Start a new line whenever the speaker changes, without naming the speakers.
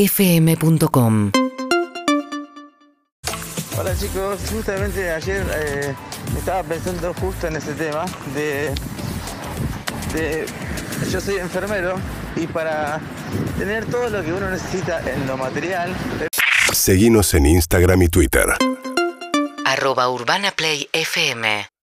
UrbanaPlayFM.com
Hola chicos, justamente ayer eh, estaba pensando justo en ese tema de, de- Yo soy enfermero y para tener todo lo que uno necesita en lo material,
Seguinos en Instagram y Twitter.
arroba urbanaplayfm